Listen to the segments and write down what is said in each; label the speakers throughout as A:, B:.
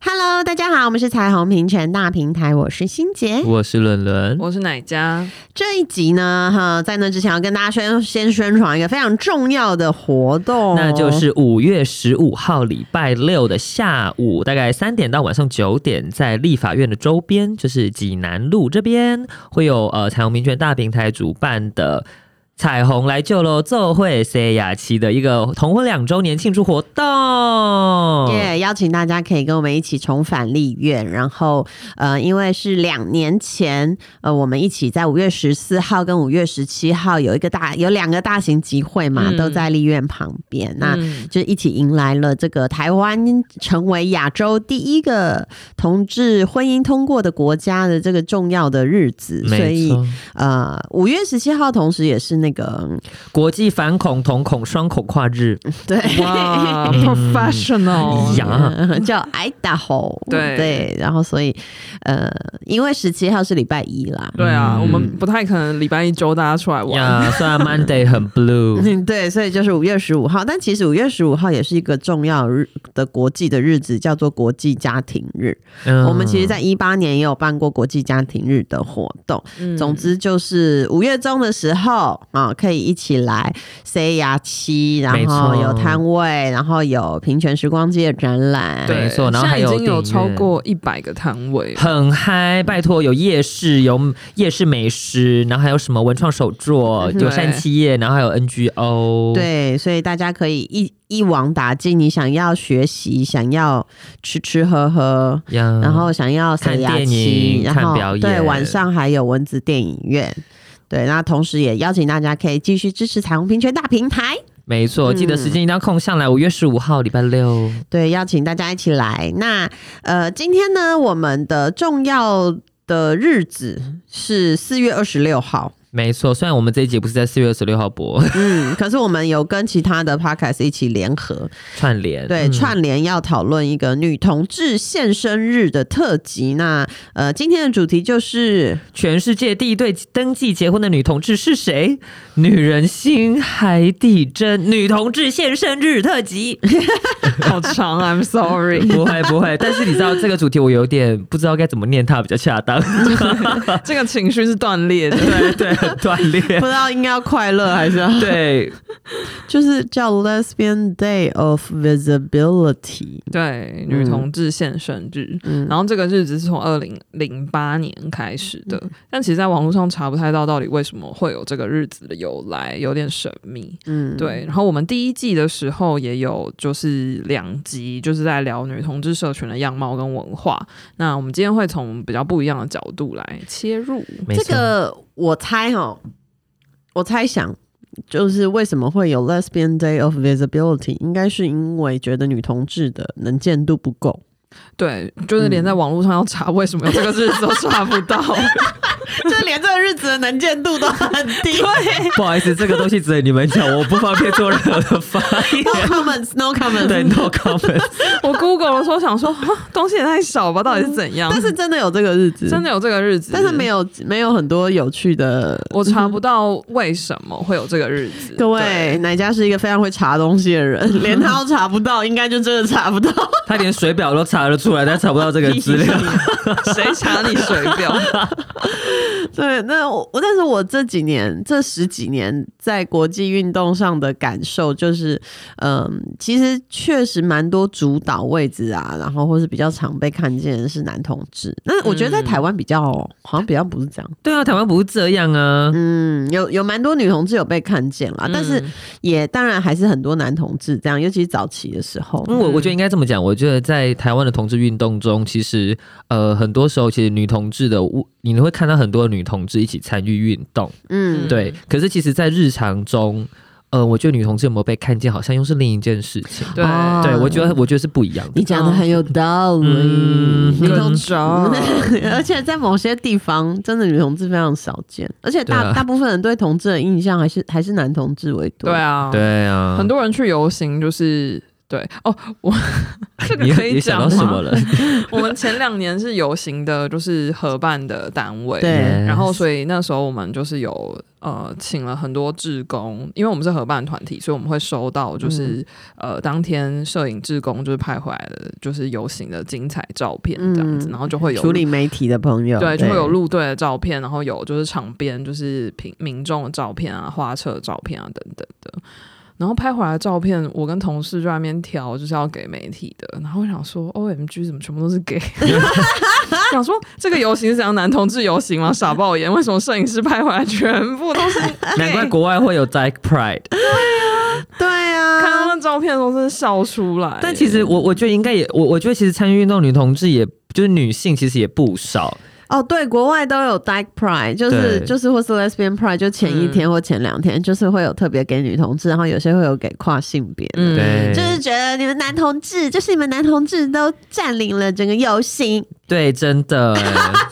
A: Hello，大家好，我们是彩虹平权大平台，我是欣杰。
B: 我是伦伦，
C: 我是哪家？
A: 这一集呢，哈，在那之前要跟大家宣先宣传一个非常重要的活动，
B: 那就是五月十五号礼拜六的下午，大概三点到晚上九点，在立法院的周边，就是济南路这边，会有呃彩虹民权大平台主办的。彩虹来救喽！奏会 C 雅琪的一个同婚两周年庆祝活动，哦
A: 耶邀请大家可以跟我们一起重返立院。然后，呃，因为是两年前，呃，我们一起在五月十四号跟五月十七号有一个大有两个大型集会嘛，
C: 嗯
A: 都在立院旁边。那、
C: 嗯
A: 就一起迎来了这个台湾成为亚洲第一个同志婚姻通过的国家的这个重要的日子，所
B: 没
A: 以
B: 错，
A: 呃，五月十七号同时也是那个嗯
B: 国际反恐同恐双恐跨日，
A: 对。
C: 哇
B: 哎
C: ，professional！
B: 呀
A: 呃叫 Idaho，
C: 对
A: 对，然后所以，呃，因为十七号是礼拜一啦，
C: 对啊，
B: 嗯
C: 我们不太可能礼拜一周大家出来玩。
B: 呀，虽然 Monday 很 blue，
A: 嗯， 对，所以就是五月十五号，但其实五月十五号也是一个重要日的国际的日子，叫做国际家庭日。
B: 嗯
A: 我们其实，在一八年也有办过国际家庭日的活动。
C: 嗯
A: 总之就是五月中的时候啊、可以一起来 C 牙七，然
B: 没
A: 后
B: 错
A: 有摊位，然后有平权时光机的展览。
C: 对，
B: 没错然后还
C: 现在已
B: 有
C: 经有
B: 订阅
C: 超过一百个摊位了。
B: 很嗨，拜托，有夜市，有夜市美食，然后还有什么文创手作，
C: 对
B: 有善企业，然后还有 NGO，，
A: 对，所以大家可以一一网打尽，你想要学习，想要吃吃喝喝。
B: 呀
A: 然后想要塞
B: 嗯
A: 牙
B: 看电
A: 期，
B: 影
A: 然
B: 看
A: 后
B: 表演
A: 对晚上还有蚊子电影院，对，那同时也邀请大家可以继续支持彩虹平权大平台，
B: 没错，记得时间一定要空上来，五月十五号礼拜六，
A: 对，邀请大家一起来。那呃，今天呢，我们的重要的日子是四月二十六号。
B: 没错，虽然我们这一集不是在四月二十六号播
A: 嗯，可是我们有跟其他的 podcast 一起联合，
B: 串联，
A: 对，
B: 嗯
A: 串联要讨论一个女同志现身日的特辑。那呃，今天的主题就是
B: 全世界第一对登记结婚的女同志是谁？女人心海底针女同志现身日特辑，
C: 好长，I'm sorry。
B: 不会不会，但是你知道这个主题我有点不知道该怎么念它比较恰 当，
C: 这个情绪是断裂的。
B: 对对，很断裂，
A: 不知道应该要快乐还是要
B: 对，
A: 就是叫 Lesbian Day of Visibility。
C: 对，女同志现身日，
A: 嗯，
C: 然后这个日子是从二零零八年开始的，
A: 嗯
C: 但其实在网络上查不太到到底为什么会有这个日子的由来，有点神秘。
A: 嗯，
C: 对，然后我们第一季的时候也有就是两集，就是在聊女同志社群的样貌跟文化。那我们今天会从比较不一样的角度来切入。
B: 没
A: 这
B: 错
A: 个我猜哦，我猜想就是为什么会有 Lesbian Day of Visibility，应该是因为觉得女同志的能见度不够。
C: 对，就是
A: 嗯
C: 连在网络上要查为什么有这个日子都查不到。
A: 就连这个日子的能见度都很低。
B: 不好意思，这个东西只能你们讲，我不方便做任何的发
A: No
B: 言。
A: comments, no comments。
B: 对，no comment。
C: 我 Google 的时候想说，哈东西也太少吧，到底是怎样？
A: 但是真的有这个日子，
C: 真
A: 的，
C: 的有这个日子，
A: 但是没有没有很多有趣的。
C: 我查不到为什么会有这个日 子。
A: 各
C: 对，
A: 位，奶家是一个非常会查东西的 人，连他都查不到，应该就真的查不到。
B: 他连水表都查得出来，但查不到这个资料。
C: 谁查你水表？
A: 对，那我但是我这几年这十几年在国际运动上的感受就是，嗯，其实确实蛮多主导位置啊，然后或是比较常被看见的是男同志。那我
B: 嗯
A: 觉得在台湾比较、好像比较不是这样，
B: 对啊，台湾不是这样啊。
A: 嗯，有有蛮多女同志有被看见啦，但是
C: 嗯
A: 也当然还是很多男同志这样，尤其是早期的时候，
B: 嗯，我我觉得应该这么讲，我觉得在台湾的同志运动中，其实呃，很多时候其实女同志的，你会看到很多女同志一起参与运动，
A: 嗯
B: 对。可是其实，在日常中，呃，我觉得女同志有没有被看见，好像又是另一件事情。
C: 对
A: 哦
B: 对，啊我觉得我觉得是不一样的
A: 你。讲的很有道理，
B: 嗯
A: 女同
C: 更
A: 志，
C: 糟
A: 而且在某些地方，真的女同志非常少见，而且大、
B: 对啊
A: 大部分人对同志的印象还是还是男同志为多。
C: 对，啊，
B: 对啊，
C: 很多人去游行就是对 哦，我这 个
B: 你
C: 可以
B: 你想
C: 讲
B: 到
C: 吗
B: 什么了？
C: 我们前两年是游行的，就是合办的单位，
A: 对
B: Yes
C: 然后所以那时候我们就是有呃请了很多志工，因为我们是合办团体，所以我们会收到就是、
A: 嗯
C: 呃当天摄影志工就是拍回来的，就是游行的精彩照片这样子，
A: 嗯
C: 然后就会有
A: 处理媒体的朋友，
C: 对，啊就会有路队的照片，然后有就是场边就是平民众的照片啊、花车的照片啊等等的。然后拍回来的照片，我跟同事就在那边挑，就是要给媒体的。然后我想说，O M G，怎么全部都是 给？想说这个游行是怎样男同志游行吗？傻爆眼！为什么摄影师拍回来全部都是 gay？
B: 难怪国外会有 Zack Pride。
A: 对啊，
C: 看到那照片都是笑出来耶。
B: 但其实我我觉得应该也我我觉得其实参与运动女同志也就是女性其实也不少，
A: 哦，对，国外都有 Dyke Pride，就是
B: 对
A: 就是或是 Lesbian Pride，就前
C: 嗯
A: 一天或前两天，就是会有特别给女同志，然后有些会有给跨性别的。
C: 嗯
B: 对
A: 就是觉得你们男同志，就是你们男同志都占领了整个游行，
B: 对，真 的，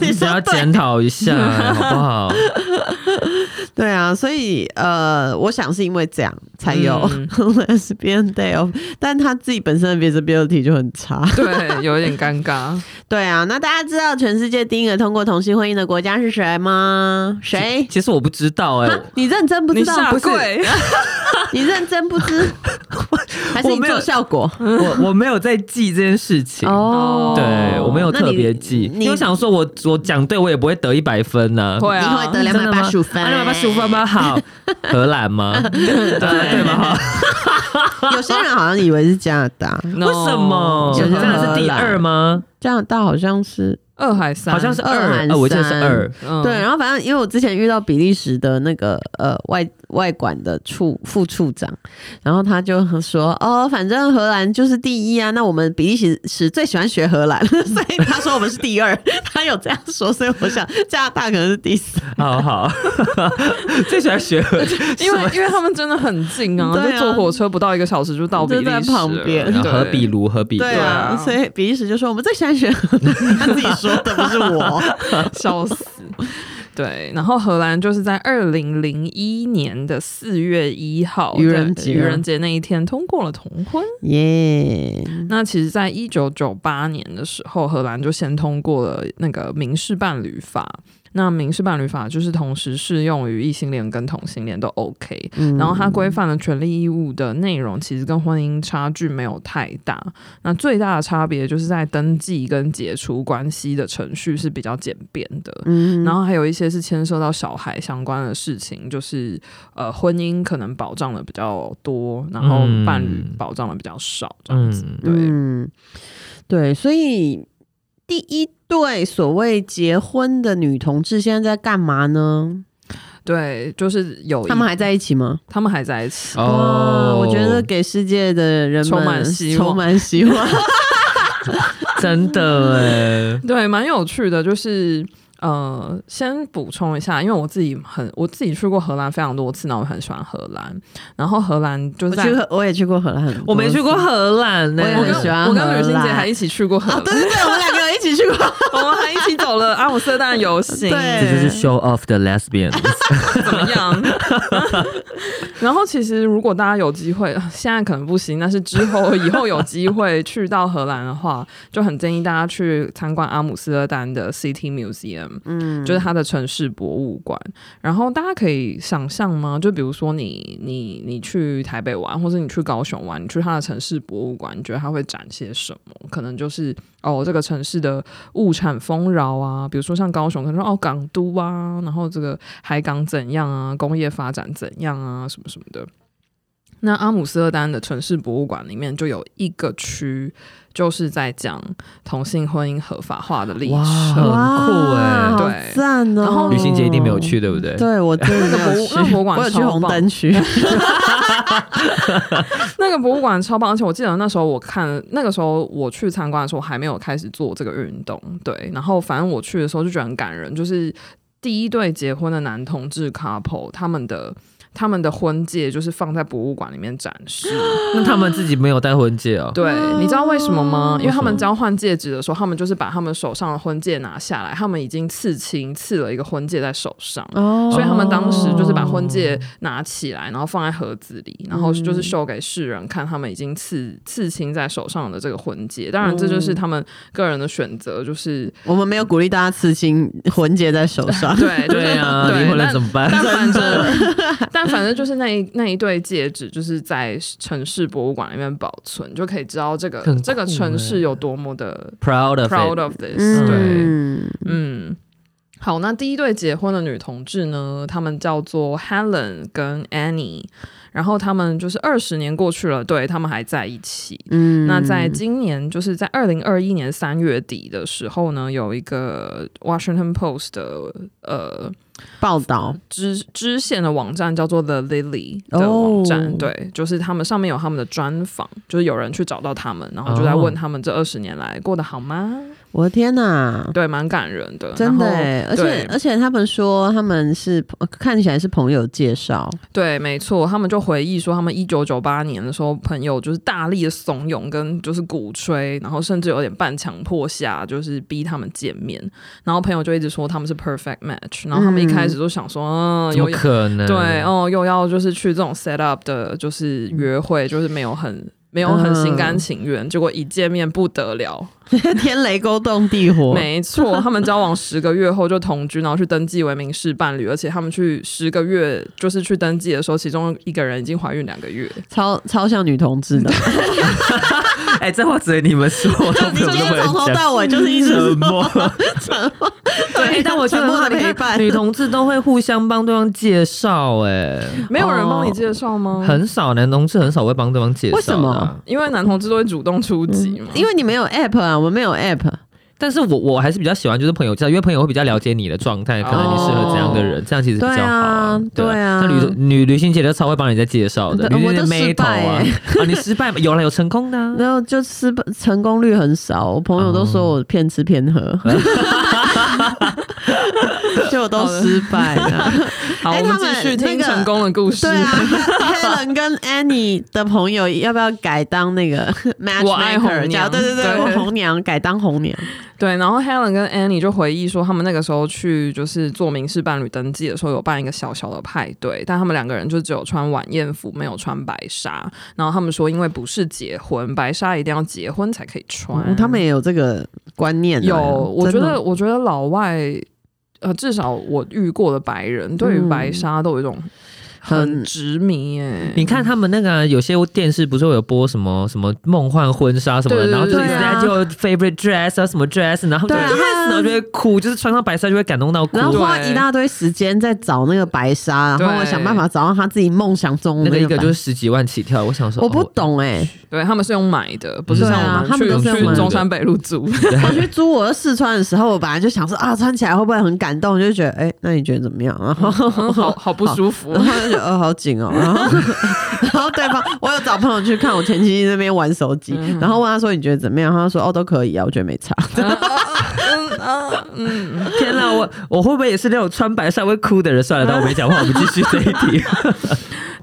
A: 你
B: 你
A: 说
B: 要
A: 对
B: 检讨一下好不 好？
A: 对啊，所以呃，我想是因为这样才有、
C: 嗯
A: Lesbian Day of，但他自己本身的 visibility 就很差。
C: 对有一点尴尬，
A: 对啊，那大家知道全世界第一个通过同性婚姻的国家是谁吗？谁？
B: 其实我不知道哎、
A: 啊你认真不
C: 你
A: 知道？
C: 下
A: 不是
C: 跪，
A: 你认真不 知，还是
B: 我
A: 你
B: 没有
A: 做效果？
B: 我我没有在记这件事情。
A: 哦
B: 对，我没有特别记，
A: 那
B: 因
A: 你
B: 为我想说我，我讲对我也不会得一百分呢、
C: 会
A: 你
C: 啊
A: 会得两
B: 真
A: 百
B: 的吗
A: 八十五分，
B: 啊，两百八十五分？吗？ 好，荷兰吗？对对吗？好
A: 有些人好像以为是加拿大，
C: No
B: 为什么？
A: 有
B: 真
A: 些人
B: 的是第二吗？
A: 加拿大好像是
C: 二还三？
B: 好像是
A: 二
B: 二
A: 和，
B: 呃我记得是
A: 三
B: 二。
C: 嗯
A: 对，然后反正因为我之前遇到比利时的那个呃外外管的处副处长，然后他就说哦，反正荷兰就是第一啊，那我们比利时是最喜欢学荷兰， 所以他说我们是第二， 他有这样说，所以我想加拿大可能是第三。
B: 好好， 最喜欢学合
C: 因为因为他们真的很近啊，
A: 对啊
C: 就坐火车不到一个小时就到比利时了
A: 就在旁边
C: 对
B: 啊何 比卢，何比卢
A: 对啊，
C: 啊
A: 所以比利时就说我们最喜欢学荷兰， 他自己说的不 是我。
C: 笑死。对，然后荷兰就是在二零零一年的四月一号，
A: 愚人节
C: 在愚人节那一天通过了同婚。
A: 耶、
C: 那其实，在一九九八年的时候，荷兰就先通过了那个民事伴侣法。那民事伴侣法就是同时适用于异性恋跟同性恋都 OK，
A: 嗯
C: 然后它规范的权利义务的内容其实跟婚姻差距没有太大，那最大的差别就是在登记跟解除关系的程序是比较简便的。
A: 嗯
C: 然后还有一些是牵涉到小孩相关的事情，就是呃，婚姻可能保障的比较多，然后
B: 嗯
C: 伴侣保障的比较少，这样子。
B: 嗯，
C: 对，
A: 嗯，对，所以第一对所谓结婚的女同志现在在干嘛呢？
C: 对，就是有一
A: 她们还在一起吗？
C: 他们还在一起，
A: 哇我觉得给世界的人们
C: 充满希望
A: 充满希 望。
B: 哦真的 哎，
C: 对，蛮有趣的，就是。呃，先补充一下，因为我自己很我自己去过荷兰非常多次，然后我很喜欢荷兰。然后荷兰就
A: 我
C: 是在
A: 去过，我也去过荷兰很多次，
B: 我没 去过荷兰呢
A: 我，也
C: 我
A: 很
C: 跟
A: 喜欢
C: 我跟
A: 荷
C: 吕欣姐
A: 兰
C: 还一起去过荷
A: 啊，
C: 兰，
A: 对对对，我们两个有一起去过。
C: 我们还一起走了阿姆斯特丹游行，
A: 对
B: 这就是 show off 的 lesbian，
A: 哦
C: 怎么样？ 然后其实如果大家有机会，现在可能不行，但是之后以后有机会去到荷兰的话，就很建议大家去参观阿姆斯特丹的 City Museum，嗯，就是它的城市博物馆。然后大家可以想象吗？就比如说你你你去台北玩，或者你去高雄玩，你去它的城市博物馆，你觉得它会展些什么？可能就是哦，这个城市的物产丰饶啊，比如说像高雄，可能说哦港都啊，然后这个海港怎样啊，工业发展怎样啊，什么什么的。那阿姆斯特丹的城市博物馆里面就有一个区，就是在讲同性婚姻合法化的历史。
B: 哇很酷欸
A: 哇好
C: 对
A: 赞哦！
C: 然后
B: 旅行姐一定没有，去，对不对？
A: 对我真的
C: 那个博
A: 没有
C: 物
A: 去
C: 那个博物馆
A: 我有去
C: 超
A: 红
C: 棒
A: 灯区，
C: 那个博物馆超棒，而且我记得那时候我看，那个时候我去参观的时候我还没有开始做这个运动，对。然后反正我去的时候就觉得很感人，就是第一对结婚的男同志 couple 他们的。他们的婚戒就是放在博物馆里面展示。
B: 那他们自己没有戴婚戒哦。
C: 对，你知道为什么吗？因为他
B: 为什
C: 们
B: 么
C: 交换戒指的时候，他们就是把他们手上的婚戒拿下来，他们已经刺青刺了一个婚戒在手上。
A: 哦
C: 所以他们当时就是把
B: 哦
C: 婚戒拿起来，然后放在盒子里，然后
B: 嗯
C: 就是秀给世人看，他们已经刺刺青在手上的这个婚戒。当然，这
B: 哦
C: 就是他们个人的选 择，就是。
A: 我们没有鼓励大家刺青， 魂结在手上
C: 对就是
B: 对啊，
C: 对
B: 离婚了
C: 但
B: 怎么办？
C: 但反 正，但反正就是那一那一对戒指，就是在城市博物馆里面保存，就可以知道这个
B: 很酷欸
C: 这个城市有多么的
B: proud of
C: proud
B: it。
C: of this、对，
A: 嗯，
C: 嗯，好，那第一对结婚的女同志呢，她们叫做 Helen 跟 Annie，然后她们就是二十年过去了，对她们还在一起。
A: 嗯
C: 那在今年，就是在二零二一年三月底的时候呢，有一个 Washington Post 的呃
A: 报道，
C: 支支线的网站叫做 The Lily 的网站
A: 哦
C: 对，就是他们上面有他们的专访，就是有人去找到他们，然后就在
B: 哦
C: 问他们这二十年来过得好吗？
A: 我的天哪！
C: 对，蛮感人的，
A: 真的
C: 然后
A: 欸，而且
C: 对
A: 而且他们说他们是呃看起来是朋友介绍，
C: 对，没错，他们就回忆说，他们一九九八年的时候，朋友就是大力的怂恿跟就是鼓吹，然后甚至有点半强迫下，就是逼他们见面。然后朋友就一直说他们是 perfect match，然后他们一开始就想说，嗯，
B: 怎
C: 有
B: 么可能？
C: 对，哦，又要就是去这种 set up 的，就是约会，就是没有很没有很心
B: 嗯
C: 甘情愿，结果一见面不得了，
A: 天雷勾动地火，
C: 没错，他们交往十个月后就同居，然后去登记为民事伴侣，而且他们去十个月就是去登记的时候，其中一个人已经怀孕两个月。
A: 超超像女同 志的。
B: 哎，这话只有你们 说，我都没有那么人讲。
A: 尾就是一
B: 沉 默。对，但我觉得
A: 沉默的
B: 你
A: 陪
B: 看
A: 伴
B: 女同志都会互相帮对方介绍，哎，
C: 没有人帮你介绍吗？
B: 很少男同志很少会帮对方介绍的啊。
A: 为什么
C: 嗯因为男同志都会主动出击嘛。
A: 因为你没有 app 啊，我们没有 app，
C: 嗯
B: 但是我我还是比较喜欢就是朋友介绍，因为朋友会比较了解你的状态，可能你适合怎样的人，这样其实比较好、
A: 对啊
B: 哦对
A: 对啊
B: 像旅女旅行姐都超会帮你在介绍的，
A: 对
B: 旅
A: 嗯我
B: 行
A: 都
B: 的妹
A: 失
B: 头
A: 败欸
B: 啊，啊你失败吗有了有成功的、啊。
A: 然后就失败成功率很少，我朋友都说我骗吃骗喝，就我都失败了。
C: 哦好，
A: 哎
C: 我们啊
A: 他
C: 继
A: 们
C: 续听
A: 那个
C: 成功的故事。
A: 对啊，Helen 跟 Annie 的朋友要不要改当那个
C: 我爱红
A: matchmaker？
C: 娘
A: 叫对对对，
C: 对
A: 我红娘改当红娘，
C: 对，然后 Helen 跟 Annie 就回忆说，他们那个时候去就是做民事伴侣登记的时候，有办一个小小的派对，但他们两个人就只有穿晚宴服，没有穿白纱。然后他们说，因为不是结婚，白纱一定要结婚才可以穿。
A: 哦他们也有这个观念啊。
C: 有，我觉
A: 真的
C: 得，我觉得老外，呃，至少我遇过的白人，对于白纱都有一种很
A: 嗯很
C: 执迷耶。
B: 你看他们那个啊、有些电视不是会有播什么什么梦幻婚纱什么的，
C: 对对
B: 然后就
C: 对
B: 一直在就 favorite dress 啊什么 dress，然后他
A: 对
B: 们
A: 啊
B: 就 dress，然后就会哭，就是穿上白纱就会感动到哭
A: 然。后花
C: 对
A: 一大堆时间在找那个白纱，然后我
C: 对
A: 想办法找到他自己梦想中的
B: 那个一个
A: 白
B: 就是十几万起跳，我想说
A: 我不
B: 哦
A: 懂哎、
C: 对，他们是用买的，不是
B: 对
C: 像
B: 啊
C: 我们
A: 嗯他们
C: 去
A: 都是用买
C: 去
B: 的
C: 中山北路 租。
A: 我去租我的试穿的时候，我本来就想说啊，穿起来会不会很感动？就觉得哎、那你觉得怎么样？然后
C: 好好不舒服
A: 然。后就觉得呃好紧哦，然后 然后对方我有找朋友去看我前妻那边玩手机，然后问他说你觉得怎么样？他说哦都可以啊，我觉得没差。
C: 嗯啊嗯，
B: 天哪，我我会不会也是那种穿白纱会哭的人？算了，当我没讲话，我们继续这一 题。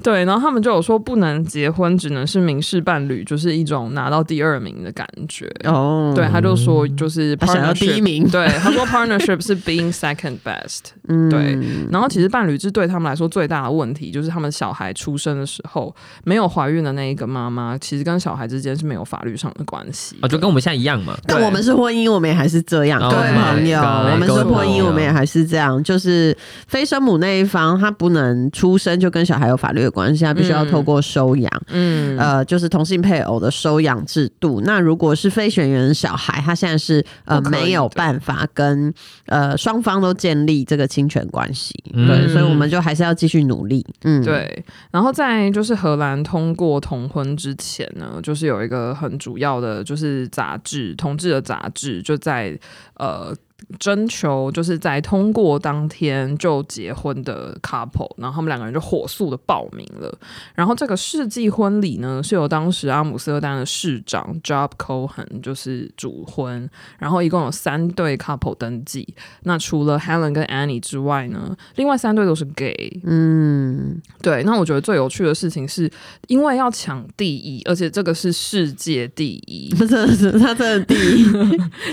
C: 对，然后他们就有说不能结婚，只能是民事伴侣，就是一种拿到第二名的感觉。
A: 哦，
C: 对，他就说就是
A: 他
C: partnership，
A: 想要第一名
C: 对，他说 partnership 是 being second best。
A: 嗯
C: 对，然后其实伴侣制对他们来说最大的问题就是，他们小孩出生的时候，没有怀孕的那一个妈妈，其实跟小孩之间是没有法律上的关系
B: 啊，
C: 的。
B: 就跟我们现在一样嘛。
A: 但我们是婚姻，我们也还是这样，
C: 哦
B: Oh
A: 各位
C: my
A: 朋友，
B: God，
A: 我们是婚
C: 各位朋
A: 姻，
C: 友
A: 我们也还是这样，就是非生母那一方，他不能出生就跟小孩有法律的关系，他必须要透过收养。
C: 嗯，
A: 呃，就是同性配偶的收养制度。那如果是非选员小孩，他现在是呃
C: 不可以的
A: 没有办法跟呃双方都建立这个侵权关系，
B: 嗯
A: 对，所以我们就还是要继续努力。嗯，，
C: 对，然后在就是荷兰通过同婚之前呢，就是有一个很主要的，就是杂志，同志的杂志就在呃征求就是在通过当天就结婚的 couple，然后他们两个人就火速的报名了。然后这个世纪婚礼呢，是由当时阿姆斯特丹的市长 Job Cohen 就是主婚，然后一共有三对 couple 登记。那除了 Helen 跟 Annie 之外呢，另外三对都是 gay。
A: 嗯，
C: 对，那我觉得最有趣的事情是，因为要抢第一，而且这个是世界第一，
A: 真的是他真的第一，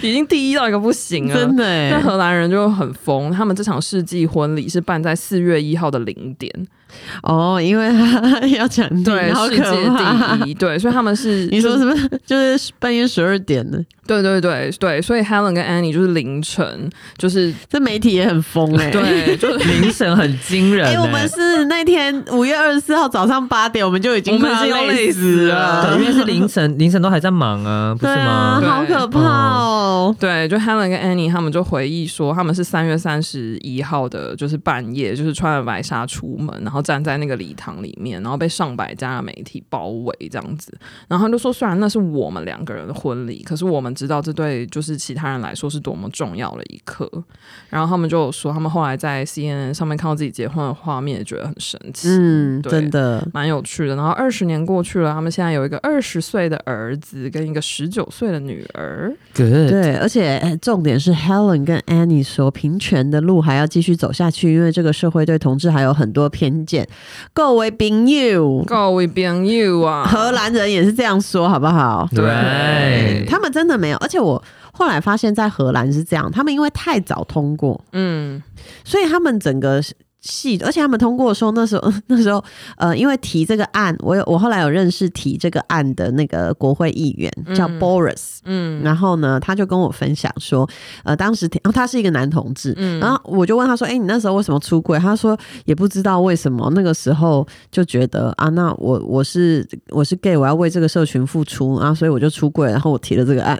C: 已经第一到一个不行了，
A: 真的
C: 但
A: 哎，
C: 荷兰人就很疯，他们这场世纪婚礼是办在四月一号的零点，
A: 哦，因为他 要抢地，
C: 对，
A: 嗯好
C: 世
A: 可怕
C: 界。第一，对，所以他们 是
A: 你说
C: 就是
A: 什么？就是半夜十二点的，
C: 对对对对，所以 Helen 跟 Annie 就是凌晨，就是
A: 这媒体也很疯 哎、
C: 对，啊就是
B: 凌晨很惊人、
A: 哎、
B: 欸。
C: 啊
A: 我们是那天五月二十四号早上八点，我们就已经
C: 我们
A: 快
C: 已经要
A: 累
C: 累死了
B: 对，因为是凌晨，凌晨都还在忙啊，不
A: 对
B: 是
A: 啊，
B: 吗？
A: 好可怕哦！
C: 对，就 Helen 跟 Annie 他们就回忆说，他们是三月三十一号的，就是半夜，就是穿着白纱出门，然后站在那个礼堂里面，然后被上百家的媒体包围这样子。然后他就说，虽然那是我们两个人的婚礼，可是我们知道这对就是其他人来说是多么重要的一刻。然后他们就有说，他们后来在 CNN 上面看到自己结婚的画面，也觉得很神奇。
A: 嗯，
C: 对
A: 真的，
C: 蛮有趣的，然后二十年过去了，他们现在有一个二十岁的儿子跟一个十九岁的女儿。
B: Good，
A: 对，而且呃重点是 Helen 跟 Annie 说，平权的路还要继续走下去，因为这个社会对同志还有很多偏见。各位朋友，
C: 各位朋友啊，
A: 荷兰人也是这样说，好不好？
C: 对
A: 他们真的没有，而且我后来发现，在荷兰是这样，他们因为太早通过，
C: 嗯，
A: 所以他们整个系，而且他们通过的时候，那时候 那时候呃，因为提这个案，我有我后来有认识提这个案的那个国会议员叫
C: 嗯
A: Boris，、
C: 嗯
A: 然后呢，他就跟我分享说，呃，当时然后、他是一个男同志，
C: 嗯
A: 然后我就问他说，哎、你那时候为什么出柜？他说也不知道为什么，那个时候就觉得啊，那我我是我是 gay，我要为这个社群付出啊，所以我就出柜，然后我提了这个案，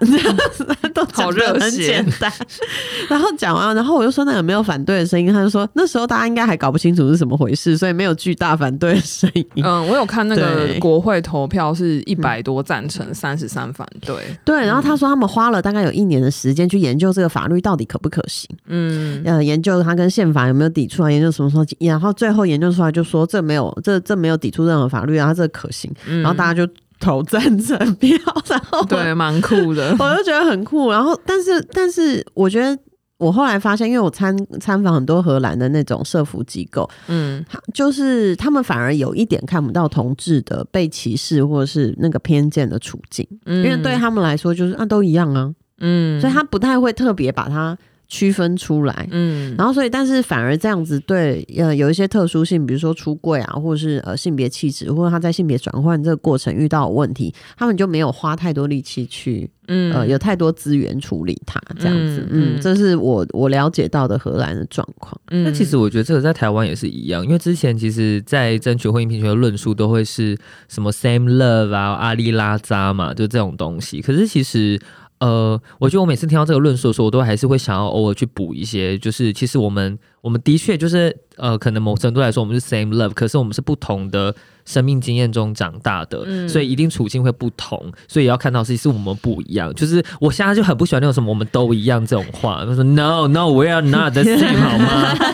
A: 都讲
C: 好
A: 得
C: 热
A: 很
C: 血
A: 简单。 然后讲完，然后我就说那有没有反对的声音？他就说那时候大家应该还搞不清楚是什么回事，所以没有巨大反对的声音。
C: 嗯，我有看那个
A: 对嗯
C: 国会投票是一百多赞成，三十三反对。
A: 对，然后他说他们花了大概有一年的时间去研究这个法律到底可不可行。
C: 嗯，
A: 呃，研究它跟宪法有没有抵触啊？研究什么时候？然后最后研究出来就说这没有，这这没有抵触任何法律啊，它这可行。然后大家就投赞成票，然后我。
C: 嗯对，蛮酷的
A: 我就觉得很酷。然后，但是，但是，我觉得我后来发现，因为我参参访很多荷兰的那种社服机构，
C: 嗯
A: 他就是他们反而有一点看不到同志的被歧视或者是那个偏见的处境，
C: 嗯，
A: 因为对他们来说就是啊都一样啊，
C: 嗯，
A: 所以他不太会特别把它区分出来。
C: 嗯，
A: 然后，所以，但是反而这样子对呃有一些特殊性，比如说出柜啊，或者是呃性别气质，或者他在性别转换这个过程遇到的问题，他们就没有花太多力气去
C: 嗯
A: 呃有太多资源处理它这样子。
C: 嗯
A: 嗯，
C: 嗯
A: 这是我我了解到的荷兰的状况。
C: 嗯
B: 那其实我觉得这个在台湾也是一样，因为之前其实，在争取婚姻平权的论述都会是什么 same love 啊、阿里拉扎嘛，就这种东西。可是其实，呃，我觉得我每次听到这个论述的时候，我都还是会想要偶尔去补一些，就是其实我们我们的确就是呃，可能某程度来说我们是 same love，可是我们是不同的生命经验中长大的，
C: 嗯
B: 所以一定处境会不同，所以要看到是是我们不一样。就是我现在就很不喜欢那种什么我们都一样这种话，他说 No No we are not the same 好吗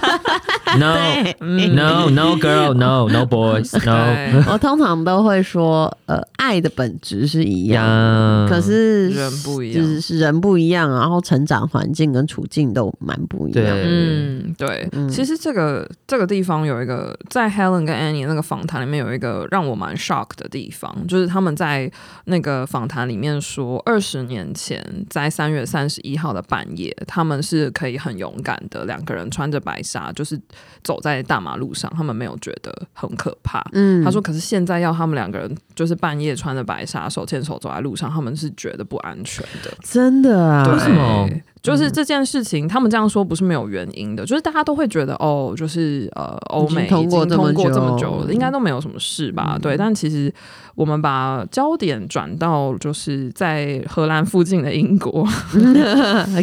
B: ？No
A: 对，
C: 嗯
B: No No girl No No boys No
C: 对
A: 哦我通常都会说，呃，爱的本质是一样
B: 呀
A: 可是
C: 嗯人不一
A: 就
C: 样。
A: 是是人不一样，然后成长环境跟处境都蛮不一样的。
B: 对
C: 嗯，对，
A: 嗯
C: 其实这个这个地方有一个，在 Helen 跟 Annie 那个访谈里面有一个让我蛮 shock 的地方，就是他们在那个访谈里面说，二十年前在三月三十一号的半夜，他们是可以很勇敢的两个人穿着白纱，就是走在大马路上，他们没有觉得很可怕。
A: 嗯
C: 他说：“可是现在要他们两个人就是半夜穿着白纱手牵手走在路上，他们是觉得不安全的。”
A: 真的啊，
C: 对
B: 为什么？
C: 就是这件事情，他们这样说不是没有原因的，就是大家都会觉得哦，就是呃，欧美
A: 已经通过
C: 已经
A: 这么
C: 通过
A: 久嗯
C: 这么久了，应该都没有什么事吧？对，但其实我们把焦点转到就是在荷兰附近的英国，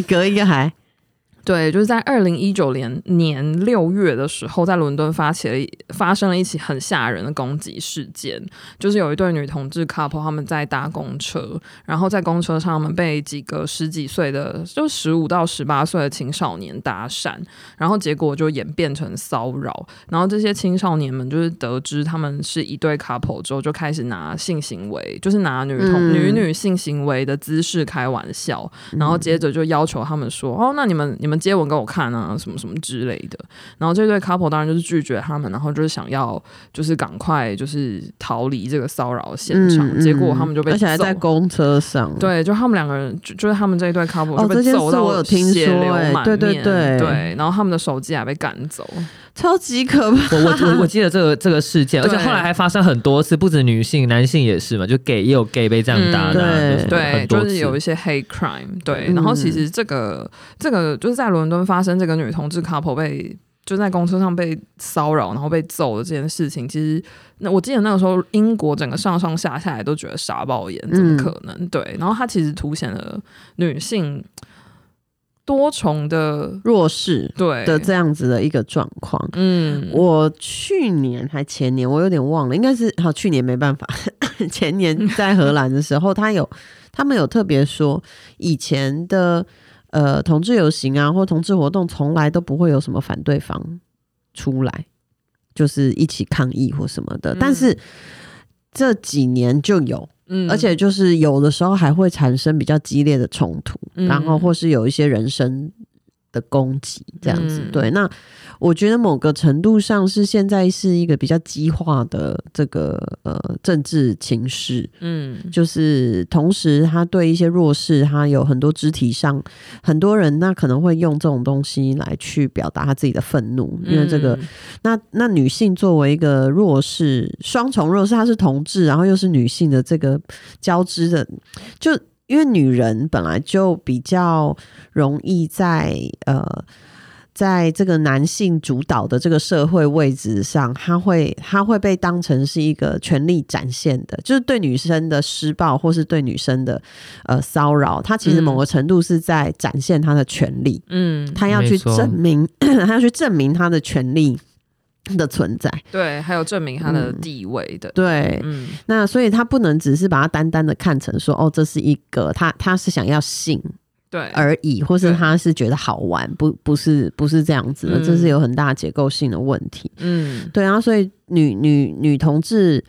A: 隔一个还
C: 对，就是在二零一九年年六月的时候，在伦敦发起了一发生了一起很吓人的攻击事件，就是有一对女同志 couple 他们在搭公车，然后在公车上他们被几个十几岁的，就十五到十八岁的青少年搭讪，然后结果就演变成骚扰，然后这些青少年们就是得知他们是一对 couple 之后，就开始拿性行为，就是拿女同、
A: 嗯
C: 女女性行为的姿势开玩笑，然后接着就要求他们说：“哦，那你们你们接吻给我看啊，什么什么之类的。”然后这对 couple 当然就是拒绝他们，然后就是想要就是赶快就是逃离这个骚扰现场，
A: 嗯
C: 结果他们就被
A: 而且还
C: 揍
A: 在公车上，
C: 对，就他们两个人，就就是他们这一对 couple
A: 哦
C: 就被
A: 这件
C: 揍
A: 事
C: 到
A: 我有听
C: 血
A: 说
C: 流
A: 哎
C: 满
A: 对对
C: 面
A: 对
C: 对，然后他们的手机还被赶走，
A: 超级可怕。
B: 我我我我记得这个这个事件，而
C: 对
B: 且后来还发生很多次，不止女性，男性也是嘛，就 gay 也有 gay 被这样搭的啊，
A: 嗯
B: 就是
C: 对，
B: 很多
C: 就是 有一
B: 次。
C: 些 hate crime，对。
A: 嗯
C: 然后其实这个这个就是在伦敦发生这个女同志 couple 被就在公车上被骚扰，然后被揍的这件事情，其实那我记得那个时候英国整个上上下下来都觉得傻爆眼，怎么可能？对。然后它其实凸显了女性多重的
A: 弱势
C: 对
A: 的这样子的一个状况。
C: 嗯，
A: 我去年还前年，我有点忘了，应该是好去年没办法， 前年在荷兰的时候，他有 他们有特别说，以前的呃同志游行啊或同志活动，从来都不会有什么反对方出来，就是一起抗议或什么的，
C: 嗯
A: 但是这几年就有，
C: 嗯
A: 而且就是有的时候还会产生比较激烈的冲突，
C: 嗯
A: 然后或是有一些人身的攻击这样子。
C: 嗯
A: 对，那我觉得某个程度上是现在是一个比较激化的这个呃政治情势，
C: 嗯
A: 就是同时他对一些弱势，他有很多肢体上，很多人那可能会用这种东西来去表达他自己的愤怒，因为这个那那女性作为一个弱势，双重弱势，她是同志，然后又是女性的这个交织的，就因为女人本来就比较容易在呃。在这个男性主导的这个社会位置上，她会她会被当成是一个权力展现的，就是对女生的施暴或是对女生的呃骚扰，她其实
C: 嗯
A: 某个程度是在展现她的权利。
C: 嗯，
A: 他要去
B: 没错
A: 证明， 他要去证明他的权利的存在。
C: 对，还有证明他的
A: 嗯
C: 地位的，
A: 对，
C: 嗯
A: 那所以他不能只是把它单单的看成说，哦，这是一个他他是想要性
C: 对，
A: 而已，或是
C: 对
A: 他是觉得好玩，不不是不是这样子的，
C: 嗯
A: 这是有很大结构性的问题。
C: 嗯
A: 对啊，所以女女女同志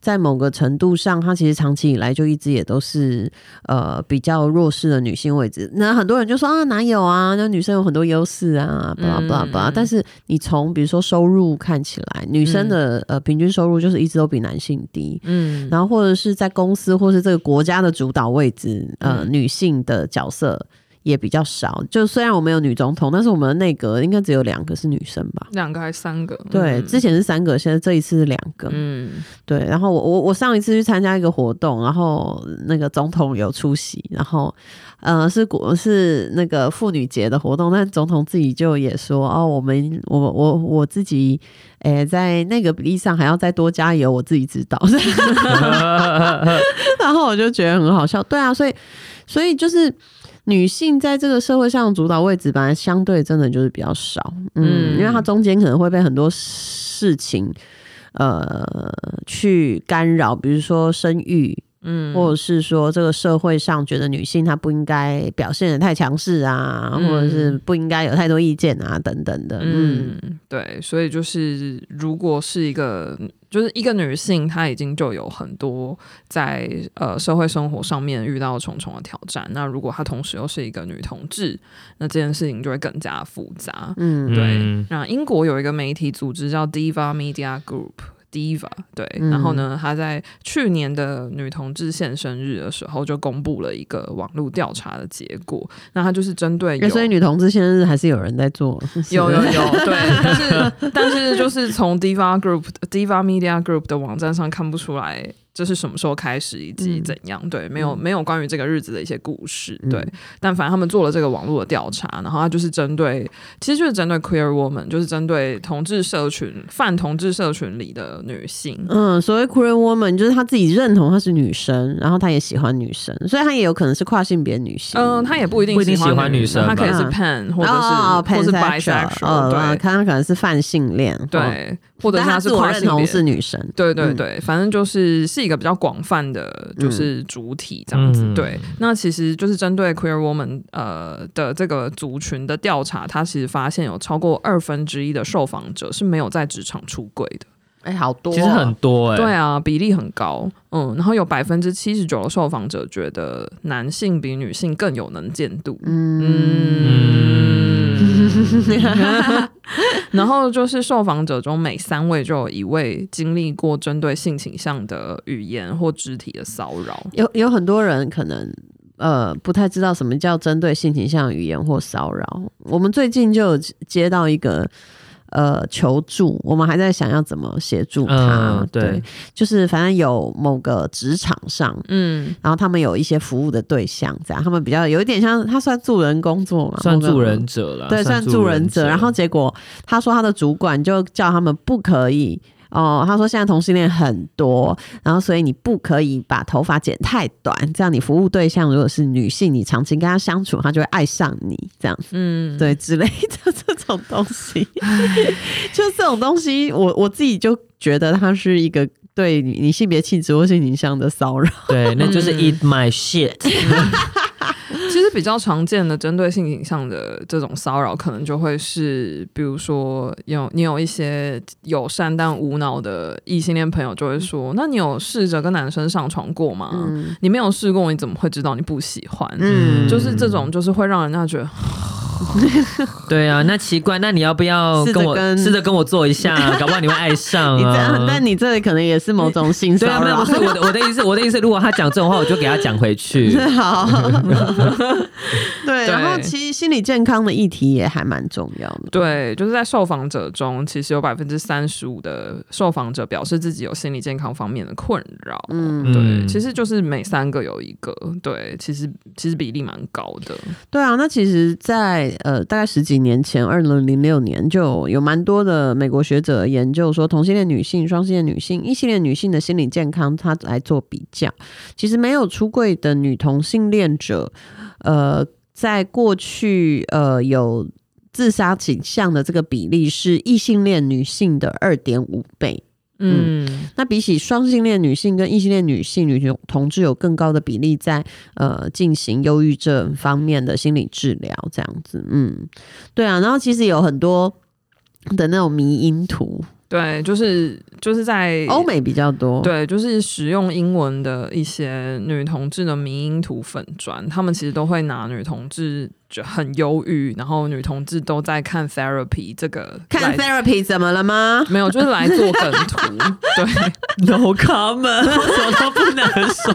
A: 在某个程度上，她其实长期以来就一直也都是呃比较弱势的女性位置。那很多人就说啊，哪有啊？那女生有很多优势啊，巴拉巴拉巴拉。
C: 嗯
A: 但是你从比如说收入看起来，女生的、呃平均收入就是一直都比男性低。
C: 嗯，
A: 然后或者是在公司或是这个国家的主导位置，呃，
C: 嗯
A: 女性的角色也比较少。就虽然我们有女总统，但是我们的内阁应该只有两个是女生吧？
C: 两个还是三个？
A: 对，
C: 嗯
A: 之前是三个，现在这一次是两个。
C: 嗯
A: 对，然后我我我上一次去参加一个活动，然后那个总统有出席，然后呃是国是那个妇女节的活动，但总统自己就也说哦，我们我我我自己诶、在那个比例上还要再多加油，我自己知道。然后我就觉得很好笑，对啊，所以所以就是女性在这个社会上的主导位置，本来相对真的就是比较少，嗯，
C: 嗯
A: 因为她中间可能会被很多事情呃去干扰，比如说生育，
C: 嗯，
A: 或者是说这个社会上觉得女性她不应该表现的太强势啊，
C: 嗯
A: 或者是不应该有太多意见啊等等的，嗯，
C: 嗯，对，所以就是如果是一个，就是一个女性，她已经就有很多在呃社会生活上面遇到重重的挑战。那如果她同时又是一个女同志，那这件事情就会更加复杂。
A: 嗯
C: 对
B: 嗯，
C: 那英国有一个媒体组织叫 Diva Media Group。Diva 对，
A: 嗯
C: 然后呢，她在去年的女同志现身日的时候就公布了一个网络调查的结果，那她就是针对有
A: 那所以女同志现在还是有人在做，
C: 有有有，对，但是但是就是从 Diva Group、Diva Media Group 的网站上看不出来这是什么时候开始以及
A: 嗯
C: 怎样，对，没有、没有关于这个日子的一些故事，对。
A: 嗯
C: 但反正他们做了这个网络的调查，然后他就是针对，其实就是针对 queer woman，就是针对同志社群、泛同志社群里的女性，
A: 嗯，所谓 queer woman 就是她自己认同她是女生，然后她也喜欢女生，所以她也有可能是跨性别女性。
C: 嗯，他也不一定
B: 不一定喜欢
C: 欢
B: 女生
C: 他可以
A: 吧
C: 是 pan 或者是、
A: 哦
C: 或是
A: pansexual，
C: bisexual，
A: 哦
C: 对、
A: 看她可能是泛性恋，哦，
C: 对，或者是
A: 但她
C: 他
A: 自
C: 是
A: 我
C: 跨
A: 认
C: 性
A: 同
C: 别。
A: 是女生，
C: 对对
A: 嗯
C: 对，反正就是是一个比较广泛的，就是主体这样子。
B: 嗯
C: 对，那其实就是针对 queer woman 呃的这个族群的调查，他其实发现有超过二分之一的受访者是没有在职场出柜的。
A: 哎，好多哦，
B: 其实很多哎、
C: 对啊，比例很高。嗯，然后有百分之七十九的受访者觉得男性比女性更有能见度。嗯，然后就是受访者中每三位就有一位经历过针对性倾向的语言或肢体的骚扰。
A: 有有很多人可能呃不太知道什么叫针对性倾向语言或骚扰。我们最近就有接到一个呃求助，我们还在想要怎么协助他。
B: 嗯对
A: 就是反正有某个职场上。
C: 嗯，
A: 然后他们有一些服务的对象，这样他们比较有一点像，他算助人工作嘛，
B: 算
A: 某个
B: 助人者了，
A: 对，算助
B: 助
A: 人者。然后结果他说他的主管就叫他们不可以哦，他说现在同性恋很多，然后所以你不可以把头发剪太短，这样你服务对象如果是女性，你长期跟她相处，她就会爱上你这样，嗯，对之类的这种东西， 就这种东西，我我自己就觉得它是一个。对你你性别气质或性倾向的骚扰，
B: 对，那就是
C: 嗯
B: eat my shit，
C: 其实比较常见的针对性倾向的这种骚扰，可能就会是，比如说有你有一些友善但无脑的异性恋朋友就会说，那你有试着跟男生上床过吗？
A: 嗯
C: 你没有试过，你怎么会知道你不喜欢？
A: 嗯，
C: 就是这种，就是会让人家觉得
B: 对啊，那奇怪，那你要不要
A: 试着
B: 跟我
A: 跟
B: 试着跟我做一下，啊搞不好你会爱上
A: 你这
B: 啊
A: 样，。但你这可能也是某种性 骚
B: 对啊，没有，
A: 扰
B: 不，是我的我的意思，我的意思，如果他讲这种话，我就给他讲回 去。
A: 好，
C: 对
A: 对，然后其实心理健康的议题也还蛮重要的。
C: 对，就是在受访者中，其实有百分之三十五的受访者表示自己有心理健康方面的困扰。
A: 嗯，
C: 对，
B: 嗯
C: 其实就是每三个有一个，对，其实其实比例蛮高的。
A: 对啊，那其实在，呃大概十几年前，二零零六年就有有蛮多的美国学者研究说，同性恋女性、双性恋女性、异性恋女性的心理健康，它来做比较。其实没有出柜的女同性恋者，呃，在过去呃有自杀倾向的这个比例是异性恋女性的二点五倍。嗯
C: 嗯，
A: 那比起双性恋女性跟异性恋女性，女同同志有更高的比例在呃进行忧郁症方面的心理治疗，这样子，嗯，对啊，然后其实有很多的那种迷因图，
C: 对，就是就是在
A: 欧。美比较多，，
C: 对，就是使用英文的一些女同志的迷因图粉砖，他们其实都会拿女同志就很忧郁，然后女同志都在看 therapy 这个
A: 看
C: 来
A: therapy 怎么了吗？
C: 没有，就是来做梗图， 对，
B: No comment，我什么都不能说。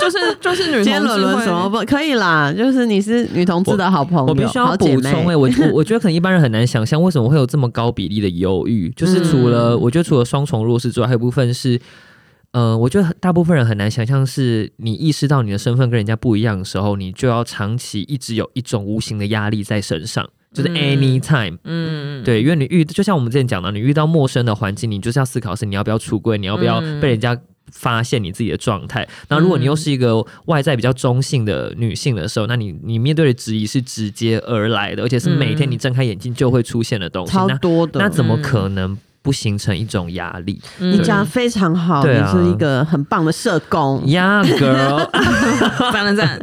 C: 就是就是女
A: 今天
C: 同
A: 伦
C: 志
A: 伦
C: 会
A: 什么不可以啦？就是你是女同志的好朋友，
B: 我必须要
A: 好
B: 补
A: 姐妹
B: 充哎、欸，我 我我觉得可能一般人很难想象为什么会有这么高比例的忧郁，就是除了、
C: 嗯
B: 我觉得除了双重弱势之外，还有一部分是。呃，我觉得大部分人很难想象，是你意识到你的身份跟人家不一样的时候，你就要长期一直有一种无形的压力在身上，就是
C: 嗯
B: anytime，、
C: 嗯，
B: 对，因为你遇就像我们之前讲的，你遇到陌生的环境，你就是要思考是你要不要出柜，你要不要
C: 嗯
B: 被人家发现你自己的状态。那如果你又是一个外在比较中性的女性的时候，那你你面对的质疑是直接而来的，而且是每天你睁开眼睛就会出现的东西。
A: 超
B: 那
A: 多的，
B: 啊那怎么
C: 嗯
B: 可能不形成一种压力
C: 嗯，
A: 你讲得非常好，
B: 对
A: 你
B: 啊
A: 是一个很棒的社工，
B: 呀 girl，
C: 赞了 赞，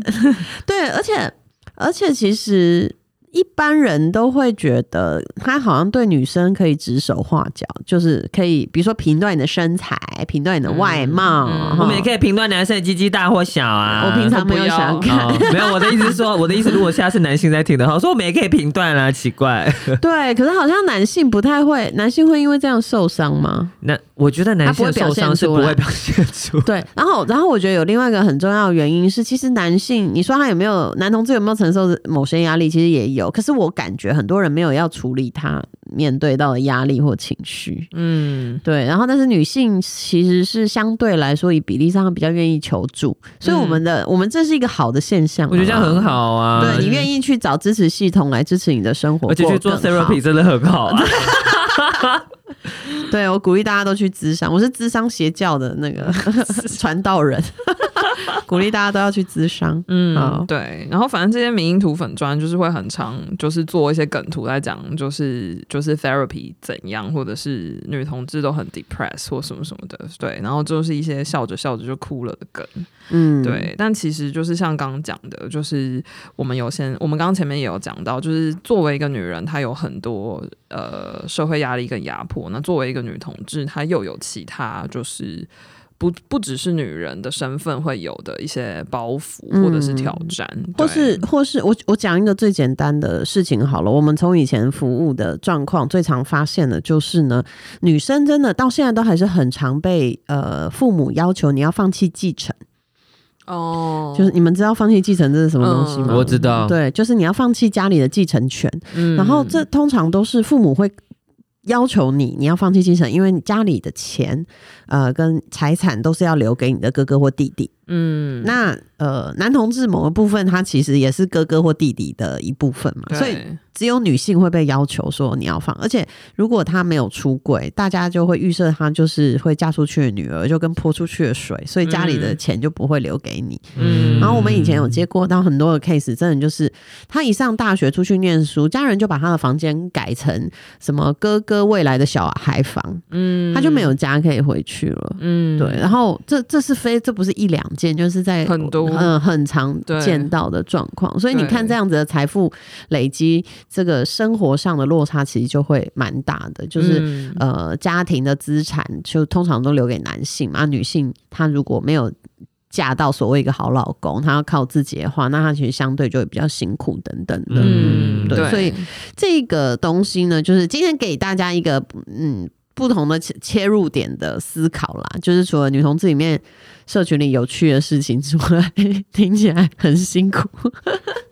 A: 对，而且而且其实一般人都会觉得他好像对女生可以指手画脚，就是可以比如说评断你的身材，评断你的外貌，
C: 嗯
A: 哈
B: 我们也可以评断男生的鸡鸡大或小啊。
A: 我平常没有
C: 不要
A: 想看，
B: 哦，没有，我的意思是说，我的意思，如果下次男性在听的话，我说我们也可以评断啊啦，奇怪。
A: 对，可是好像男性不太会，男性会因为这样受伤吗？
B: 那我觉得男性的
A: 他不会表
B: 受
A: 现
B: 伤是不
A: 出来
B: 会表现出，
A: 对，然后然后我觉得有另外一个很重要的原因是，其实男性，你说他有没有男同志有没有承受某些压力，其实也有，可是我感觉很多人没有要处理他面对到的压力或情绪。
C: 嗯，
A: 对，然后但是女性其实是相对来说以比例上比较愿意求助，所以我们的、我们这是一个好的现象，
B: 嗯我觉得这样
A: 好不
B: 很
A: 好。
B: 好啊。
A: 对你愿意去找支持系统来支持你的生活，
B: 而且去做 therapy。真的很好啊。
A: 对我鼓励大家都去咨商，我是咨商邪教的那 个传道人， 鼓励大家都要去咨商。好
C: 嗯，对。然后反正这些民音图粉砖就是会很常，就是做一些梗图来讲，就是就是 therapy 怎样，或者是女同志都很 depressed 或什么什么的，对。然后就是一些笑着笑着就哭了的梗，
A: 嗯，
C: 对。但其实就是像刚刚讲的，就是我们有先，我们刚刚前面也有讲到，就是作为一个女人，她有很多呃社会压力跟压迫。那作为一个女同志，她又有其他就是。不不只是女人的身份会有的一些包袱或者是挑战，
A: 嗯或
C: 对
A: 是或是我我讲一个最简单的事情好了，我们从以前服务的状况最常发现的就是呢，女生真的到现在都还是很常被呃父母要求你要放弃继承，
C: 哦，
A: 就是你们知道放弃继承这是什么东西吗？
C: 嗯
B: 我知道，
A: 对，就是你要放弃家里的继承权，
C: 嗯
A: 然后这通常都是父母会。要求你，你要放弃继承，因为你家里的钱，呃，跟财产都是要留给你的哥哥或弟弟。
C: 嗯
A: 那呃，男同志某个部分，他其实也是哥哥或弟弟的一部分嘛，
C: 对
A: 所以只有女性会被要求说你要放，而且如果他没有出轨，大家就会预设他就是会嫁出去的女儿，就跟泼出去的水，所以家里的
C: 嗯
A: 钱就不会留给你。
C: 嗯
A: 然后我们以前有接过到很多的 case，真的就是他一上大学出去念书，家人就把他的房间改成什么哥哥未来的小孩房，
C: 嗯
A: 他就没有家可以回去了。
C: 嗯
A: 对，然后这这是非这不是一两件，就是在
C: 很多
A: 嗯、呃很常
C: 对
A: 见到的状况，所以你
C: 对
A: 看这样子的财富累积，这个生活上的落差其实就会蛮大的，就是。
C: 嗯
A: 呃，家庭的资产就通常都留给男性嘛，啊女性她如果没有嫁到所谓一个好老公，她要靠自己的话，那她其实相对就会比较辛苦等等的。
C: 嗯
A: 对所以这个东西呢，就是今天给大家一个嗯不同的切切入点的思考啦，就是除了女同志里面社群里有趣的事情之外，听起来很辛苦。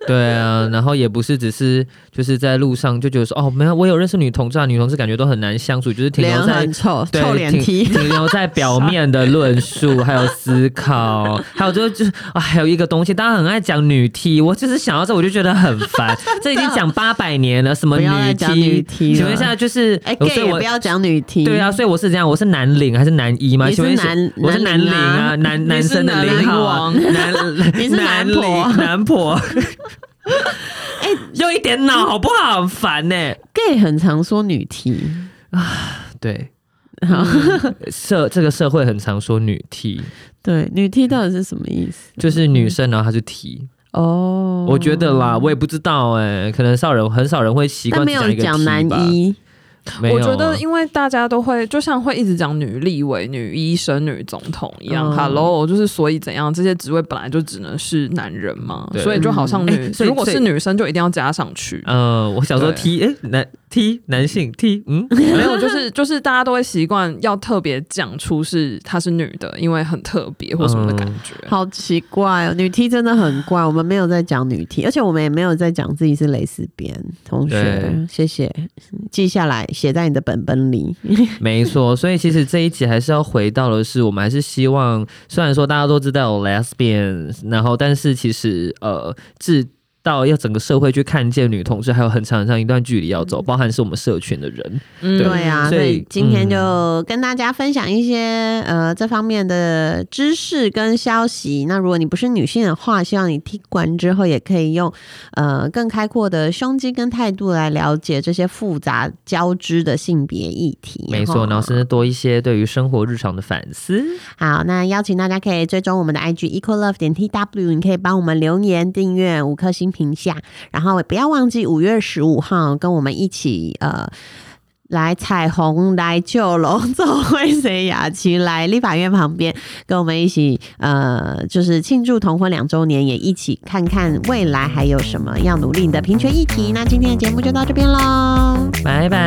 B: 对啊，然后也不是只是就是在路上就觉得说哦，没有，我有认识女同志啊，女同志感觉都很难相处，就是停
A: 脸
B: 留在
A: 很臭，
B: 对
A: 臭脸
B: 停
A: 踢
B: 停留在表面的论述，还有思考，还有就就是啊，还有一个东西，大家很爱讲女 T，我就是想到这我就觉得很烦，这已经讲八百年了，什么
A: 不要再讲女 T 了
B: 请问一下，就是
A: 哎
B: 所以
A: ，gay 也
B: 我
A: 不要讲女踢。
B: 对啊，，所以我是这样，我是男领还是男一吗？
A: 你是
B: 请问是
A: 男
B: 我是男
A: 男领
B: 领
A: 啊
B: 啊，男男
C: 你是
B: 生的
C: 男
B: 领
C: 领
B: 号啊，
C: 王
B: 男
A: 你是男
B: 领
A: 婆
B: 男婆。 哎，有一点脑好不好？很烦呢、
A: gay 很常说女踢，
B: 对，嗯社这个社会很常说女 T，
A: 对，女踢到底是什么意思？
B: 就是女生，然后她是 T。
A: 哦，
B: 我觉得啦，我也不知道哎、可能少人很少人会习惯
A: 但
B: 只
A: 没有
B: 一个 T
A: 讲男
B: 吧，
A: 一，
B: 没有
C: 我
B: 啊
C: 觉得，因为大家都会，就像会一直讲女立委、女医生、女总统一样、
A: 嗯
C: h e l l o 就是所以怎样，这些职位本来就只能是男人嘛，
B: 对
C: 所以就好像
B: 嗯
C: 女，
B: 哎所以
C: 如果是
B: 所以
C: 女生就一定要加上去，
B: 呃，我想说
C: 对
B: T，哎、男 T 男性 T，嗯，
C: 没有，就是 就是大家都会习惯要特别讲出是她是女的，因为很特别或什
B: 嗯
C: 么的感觉。
A: 好奇怪哦，女 T 真的很怪，我们没有在讲女 T，而且我们也没有在讲自己是蕾丝边同学
B: 对，
A: 谢谢，嗯记下来写在你的本本里。
B: 没错，所以其实这一集还是要回到的是，我们还是希望，虽然说大家都知道有 lesbian，然后但是其实呃，至到要整个社会去看见女同志，还有很长很长一段距离要走，包含是我们社群的人。
C: 嗯
B: 对
A: 对啊，所
B: 所以
A: 以今天
B: 嗯
A: 就跟大家分享一些呃这方面的知识跟消息。那如果你不是女性的话，希望你听完之后也可以用呃更开阔的胸襟跟态度来了解这些复杂交织的性别议题。
B: 没错，
A: 哈
B: 然后啊嗯甚至多一些对于生活日常的反思。
A: 好，那邀请大家可以追踪我们的 IG equal love 点 tw，你可以帮我们留言、订阅、五颗星评价，然后也不要忘记五月十五号跟我们一起呃。来彩虹，来救龙，走会谁雅琪啊来立法院旁边，跟我们一起呃，就是庆祝同婚两周年，也一起看看未来还有什么要努力的平权议题。那今天的节目就到这边喽，
B: 拜拜，